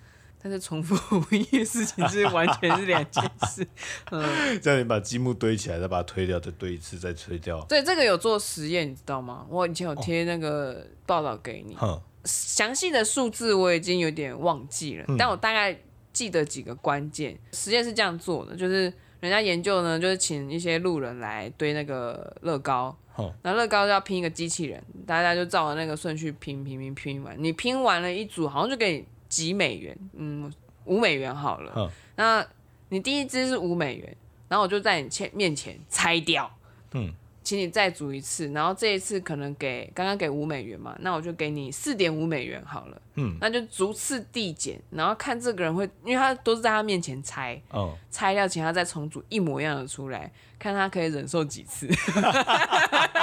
Speaker 1: 但是重复 无意义的事情是完全是两件事。嗯
Speaker 2: 叫你把积木堆起来，再把它推掉，再堆一次，再推掉。
Speaker 1: 对，这个有做实验，你知道吗？我以前有贴那个报道给你，
Speaker 2: 哼，
Speaker 1: 详细的数字我已经有点忘记了，但我大概记得几个关键。实验是这样做的，就是人家研究呢，就是请一些路人来堆那个乐高
Speaker 2: 哦，
Speaker 1: 然后乐高就要拼一个机器人，大家就照着那个顺序拼拼拼拼完，你拼完了一组好像就给你几美元，嗯，五美元好了。
Speaker 2: 嗯
Speaker 1: 那你第一只是五美元，然后我就在你前面前拆掉，
Speaker 2: 嗯，
Speaker 1: 请你再组一次，然后这一次可能给刚刚给五美元嘛，那我就给你四点五美元好了，
Speaker 2: 嗯，
Speaker 1: 那就逐次递减，然后看这个人会，因为他都是在他面前拆，
Speaker 2: 嗯，
Speaker 1: 拆掉，请他再重组一模一样的出来，看他可以忍受几次。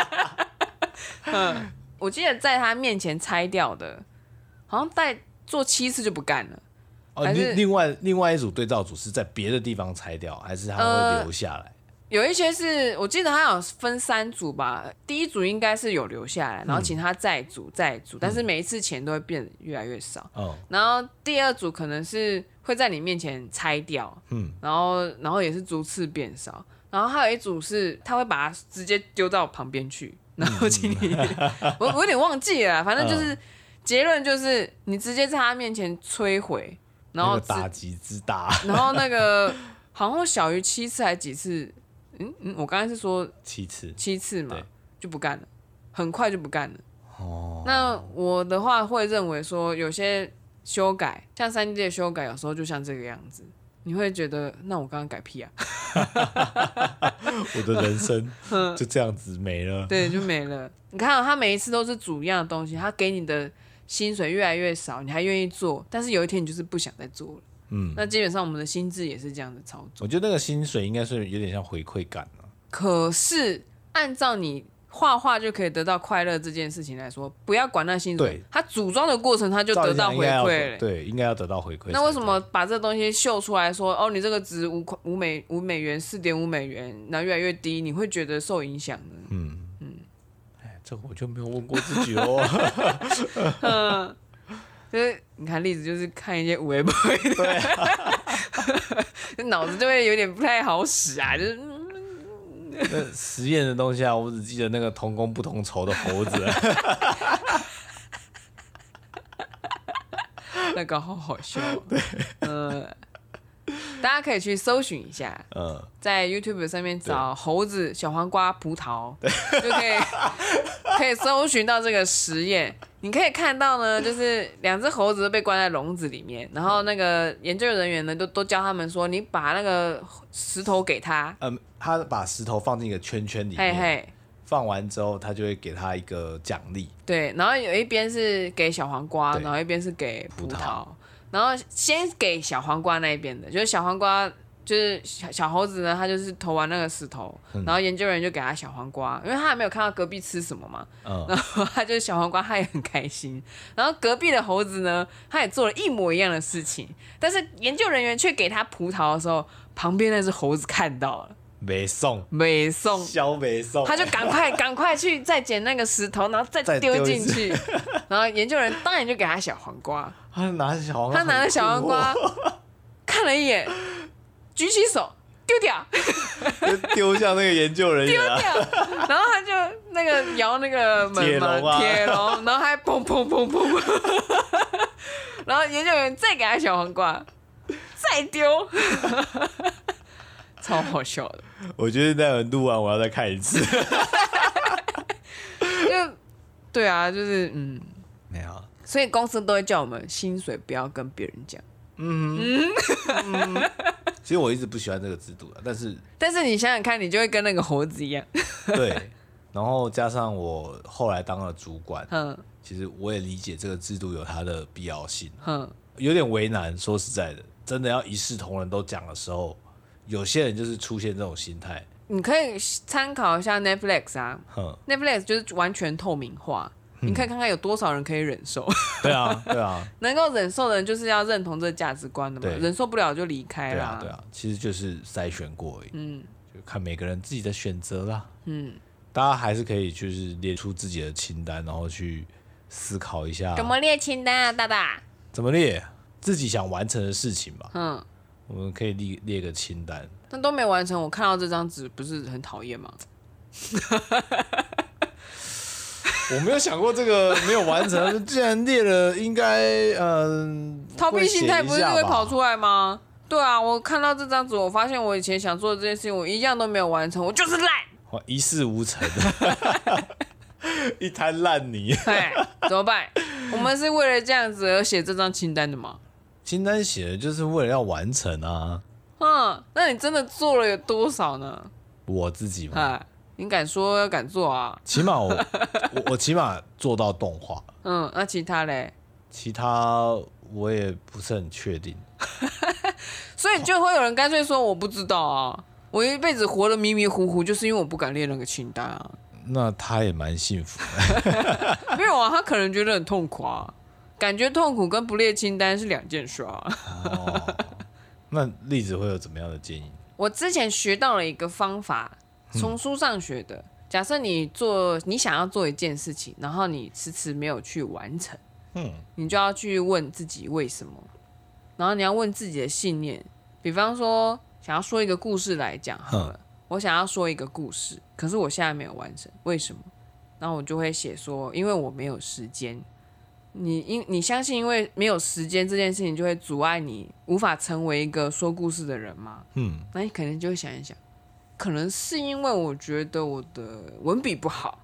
Speaker 1: 嗯，我记得在他面前拆掉的，好像在做七次就不干了。
Speaker 2: 哦，
Speaker 1: 还是
Speaker 2: 另另外另外一组对照组是在别的地方拆掉，还是它会
Speaker 1: 呃
Speaker 2: 留下来？
Speaker 1: 有一些是我记得他有分三组吧，第一组应该是有留下来，然后请他再组再组，但是每一次钱都会变得越来越少。
Speaker 2: 嗯
Speaker 1: 然后第二组可能是会在你面前拆掉，
Speaker 2: 嗯，
Speaker 1: 然后然后也是逐次变少，然后还有一组是他会把它直接丢到旁边去，然后请你，
Speaker 2: 嗯
Speaker 1: 我我有点忘记了啦，啊反正就是、结论就是你直接在他面前摧毁，然后
Speaker 2: 那个
Speaker 1: 直
Speaker 2: 打击之大，
Speaker 1: 然后那 个好像小于七次还几次，嗯嗯，我刚才是说
Speaker 2: 其 次，
Speaker 1: 七次嘛
Speaker 2: 对，
Speaker 1: 就不干了，很快就不干了。
Speaker 2: 哦，
Speaker 1: 那我的话会认为说，有些修改，像三 D 的修改，有时候就像这个样子，你会觉得，那我刚刚改屁啊？
Speaker 2: 我的人生就这样子没了。
Speaker 1: 对，就没了。你看、啊，他每一次都是煮一样的东西，他给你的薪水越来越少，你还愿意做，但是有一天你就是不想再做了。
Speaker 2: 嗯，
Speaker 1: 那基本上我们的心智也是这样的操作。
Speaker 2: 我觉得那个薪水应该是有点像回馈感啊。
Speaker 1: 可是按照你画画就可以得到快乐这件事情来说，不要管那薪水
Speaker 2: 对，
Speaker 1: 他组装的过程他就
Speaker 2: 照
Speaker 1: 得
Speaker 2: 理
Speaker 1: 到
Speaker 2: 讲应
Speaker 1: 回
Speaker 2: 该要
Speaker 1: 馈了。
Speaker 2: 对，应该要得到回馈。
Speaker 1: 那为什么？把这东西秀出来说，哦，你这个值五块五美五美元四点五美元，然后越来越低，你会觉得受影响呢？
Speaker 2: 哎，这个我就没有问过自己哦。
Speaker 1: 就是你看例子，就是看一些五 A 不会
Speaker 2: 啊
Speaker 1: 的，脑 子就会有点不太好使啊，就是嗯
Speaker 2: 那实验的东西啊，我只记得那个同工不同酬的猴子，啊
Speaker 1: 那个好好笑哦。嗯、大家可以去搜寻一下，
Speaker 2: 嗯，
Speaker 1: 在 YouTube 上面找猴子、小黄瓜、葡 萄，就可以可以 搜寻到这个实验。你可以看到 呢，就是两只猴子被关在笼子里面，然后那个研究人员呢，都都教他们说，你把那个石头给他，
Speaker 2: 嗯，他把石头放进一个圈圈里
Speaker 1: 嘿
Speaker 2: 面，
Speaker 1: 嘿，
Speaker 2: 放完之后，他就会给他一个奖励。
Speaker 1: 对，然后有一边是给小黄瓜，
Speaker 2: 对
Speaker 1: 然后一边是给葡
Speaker 2: 葡
Speaker 1: 萄
Speaker 2: 萄，
Speaker 1: 然后先给小黄瓜那一边的，就是小黄瓜，就是小小猴子呢，他就是投完那个石头，
Speaker 2: 嗯
Speaker 1: 然后研究人员就给他小黄瓜，因为他还没有看到隔壁吃什么嘛，
Speaker 2: 嗯
Speaker 1: 然后他就是小黄瓜，他也很开心。然后隔壁的猴子呢，他也做了一模一样的事情，但是研究人员却给他葡萄的时候，旁边那只猴子看到了，
Speaker 2: 没送，
Speaker 1: 没送，
Speaker 2: 消没送，
Speaker 1: 他就赶快赶快去再捡那个石头，然后再
Speaker 2: 再丢
Speaker 1: 丢
Speaker 2: 一
Speaker 1: 进
Speaker 2: 次
Speaker 1: 去。然后研究人当然就给他小黄瓜，
Speaker 2: 他拿着小黄瓜，
Speaker 1: 他拿着小黄瓜
Speaker 2: 很酷哦
Speaker 1: 看了一眼，举起手丢掉
Speaker 2: 就哦丢向那个研究人员
Speaker 1: 丢
Speaker 2: 啊，
Speaker 1: 掉，然后他就那个摇那个门
Speaker 2: 铁笼
Speaker 1: 嘛，
Speaker 2: 啊
Speaker 1: 铁笼，然后还砰砰砰砰砰， 然后研究员再给他小黄瓜，再丢， 超好笑的。
Speaker 2: 我觉得那录完我要再看一次。
Speaker 1: 就对啊，就是嗯，
Speaker 2: 没有，
Speaker 1: 所以公司都会叫我们薪水不要跟别人讲。
Speaker 2: 其实我一直不喜欢这个制度啊，但是
Speaker 1: 但是你想想看，你就会跟那个猴子一样，
Speaker 2: 对，然后加上我后来当了主管，
Speaker 1: 哼
Speaker 2: 其实我也理解这个制度有它的必要性，
Speaker 1: 哼，
Speaker 2: 有点为难。说实在的，真的要一视同仁都讲的时候，有些人就是出现这种心态，
Speaker 1: 你可以参考一下 Netflix 啊
Speaker 2: 哼，
Speaker 1: ，Netflix 就是完全透明化，
Speaker 2: 嗯
Speaker 1: 你可以看看有多少人可以忍受，
Speaker 2: 对啊，对啊，
Speaker 1: 能够忍受的人就是要认同这个价值观的嘛
Speaker 2: 对，
Speaker 1: 忍受不了就离开
Speaker 2: 对
Speaker 1: 啦
Speaker 2: 啊，。对啊，其实就是筛选过而已，
Speaker 1: 哎嗯
Speaker 2: 就看每个人自己的选择啦。
Speaker 1: 嗯，
Speaker 2: 大家还是可以就是列出自己的清单，然后去思考一下
Speaker 1: 怎么列清单啊，大大？
Speaker 2: 怎么列自己想完成的事情吧。
Speaker 1: 嗯，
Speaker 2: 我们可以列列个清单，
Speaker 1: 但都没完成，我看到这张纸不是很讨厌吗？
Speaker 2: 我没有想过这个没有完成， 既然列了，应该嗯，
Speaker 1: 逃避心态不是就会跑
Speaker 2: 来？
Speaker 1: 出来吗？对啊，我看到这张纸，我发现我以前想做的这件事情，我一样都没有完成，我就是烂。
Speaker 2: 哇一事无成，啊 一滩烂泥。
Speaker 1: 哎，怎么办？我们是为了这样子而写这张清单的吗？
Speaker 2: 清单写的就是为了要完成啊，
Speaker 1: 嗯，那你真的做了有多少呢？
Speaker 2: 我自己嘛，
Speaker 1: 哎，你敢说要敢做啊？
Speaker 2: 起码我我我起码做到动画，
Speaker 1: 嗯，那其他嘞，
Speaker 2: 其他我也不是很确定。
Speaker 1: 所以就会有人干脆说我不知道啊，我一辈子活得迷迷糊糊，就是因为我不敢列那个清单啊。
Speaker 2: 那他也蛮幸福的，
Speaker 1: 没有啊，他可能觉得很痛苦啊，感觉痛苦跟不列清单是两件事啊。
Speaker 2: 那栗子会有怎么样的建议？
Speaker 1: 我之前学到了一个方法，从书上学的。假设你做你想要做一件事情，然后你迟迟没有去完成，
Speaker 2: 嗯，
Speaker 1: 你就要去问自己为什么，然后你要问自己的信念。比方说，想要说一个故事来讲好了，我想要说一个故事，可是我现在没有完成，为什么？然后我就会写说，因为我没有时间。你因你相信因为没有时间这件事情就会阻碍你无法成为一个说故事的人吗？
Speaker 2: 嗯，
Speaker 1: 那你可能就会想一想，可能是因为我觉得我的文笔不好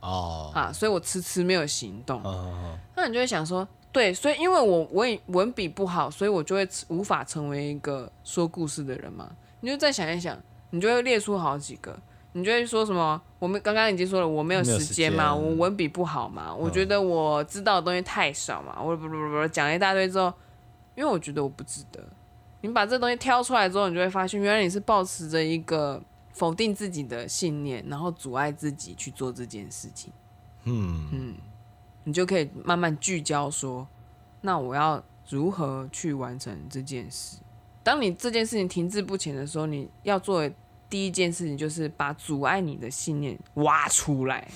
Speaker 2: 哦，
Speaker 1: 啊，所以我迟迟没有行动。
Speaker 2: 嗯，
Speaker 1: 那你就会想说，对，所以因为我我也文笔不好，所以我就会无法成为一个说故事的人嘛。你就再想一想，你就会列出好几个，你就会说什么？我们刚刚已经说了，我没有
Speaker 2: 没有
Speaker 1: 时
Speaker 2: 时
Speaker 1: 间嘛，
Speaker 2: 间嗯
Speaker 1: 我文笔不好嘛，我觉得我知道的东西太少嘛，我不不不不讲了一大堆之后，因为我觉得我不值得。你把这东西挑出来之后，你就会发现，原来你是保持着一个否定自己的信念，然后阻碍自己去做这件事情。
Speaker 2: 嗯，
Speaker 1: 你就可以慢慢聚焦说，那我要如何去完成这件事？当你这件事情停滞不前的时候，你要做的第一件事情就是把阻碍你的信念挖出来，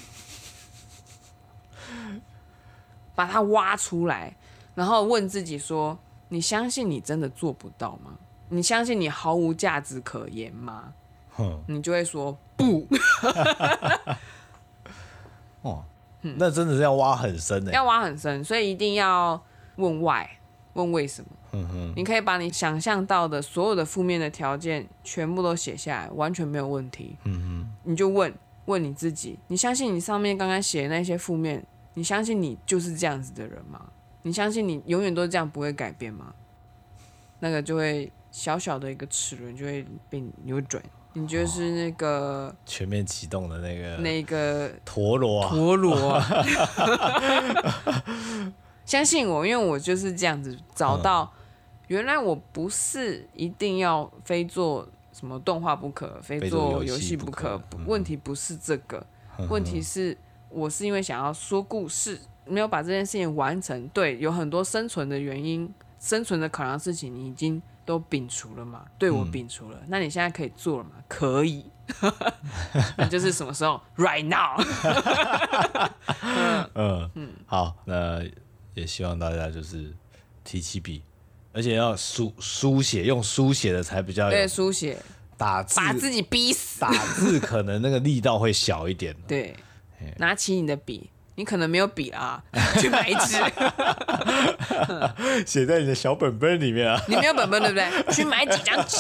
Speaker 1: 把它挖出来，然后问自己说：你相信你真的做不到吗？你相信你毫无价值可言吗？
Speaker 2: 哼，
Speaker 1: 你就会说
Speaker 2: 哦，那真的是要挖很深的，
Speaker 1: 嗯要挖很深，所以一定要问 why，问为什么。
Speaker 2: 嗯哼，
Speaker 1: 你可以把你想象到的所有的负面的条件全部都写下来，完全没有问题。嗯嗯，你就问问你自己，你相信你上面刚刚写的那些负面，你相信你就是这样子的人吗？你相信你永远都这样不会改变吗？那个就会小小的一个齿轮就会被扭转，你就是那个、
Speaker 2: 全面启动的那个
Speaker 1: 那个
Speaker 2: 陀螺啊，
Speaker 1: 陀 螺、啊。相信我，因为我就是这样子找到，
Speaker 2: 嗯
Speaker 1: 原来我不是一定要非做什么动画不可，非
Speaker 2: 非做
Speaker 1: 做
Speaker 2: 游
Speaker 1: 游
Speaker 2: 戏
Speaker 1: 戏
Speaker 2: 不
Speaker 1: 不
Speaker 2: 可嗯
Speaker 1: 可。不问题不是这个，问题是我是因为想要说故事，没有把这件事情完成。对，有很多生存的原因，生存的考量事情，你已经都摒除了嘛？对
Speaker 2: 嗯
Speaker 1: 我摒除了，那你现在可以做了吗？可以， 那就是什么时候？Right now。
Speaker 2: 嗯好，那也希望大家就是提起笔，而且要书书写，用书写的才比较有
Speaker 1: 对，书写
Speaker 2: 打字，
Speaker 1: 把自己逼死。
Speaker 2: 打字可能那个力道会小一点。
Speaker 1: 对，拿起你的笔，你可能没有笔啦，去买一支。
Speaker 2: 写在你的小本本里面啊。
Speaker 1: 你没有本本对不对？去买几张纸。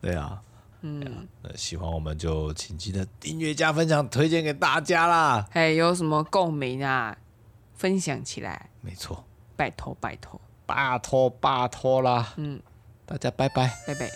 Speaker 2: 对啊，嗯，那喜欢我们就请记得订阅加分享，推荐给大家啦。
Speaker 1: 哎，有什么共鸣啊？分享起来，
Speaker 2: 没错，
Speaker 1: 拜托拜托，
Speaker 2: 拜托拜托啦。
Speaker 1: 嗯，
Speaker 2: 大家拜拜。
Speaker 1: 拜拜。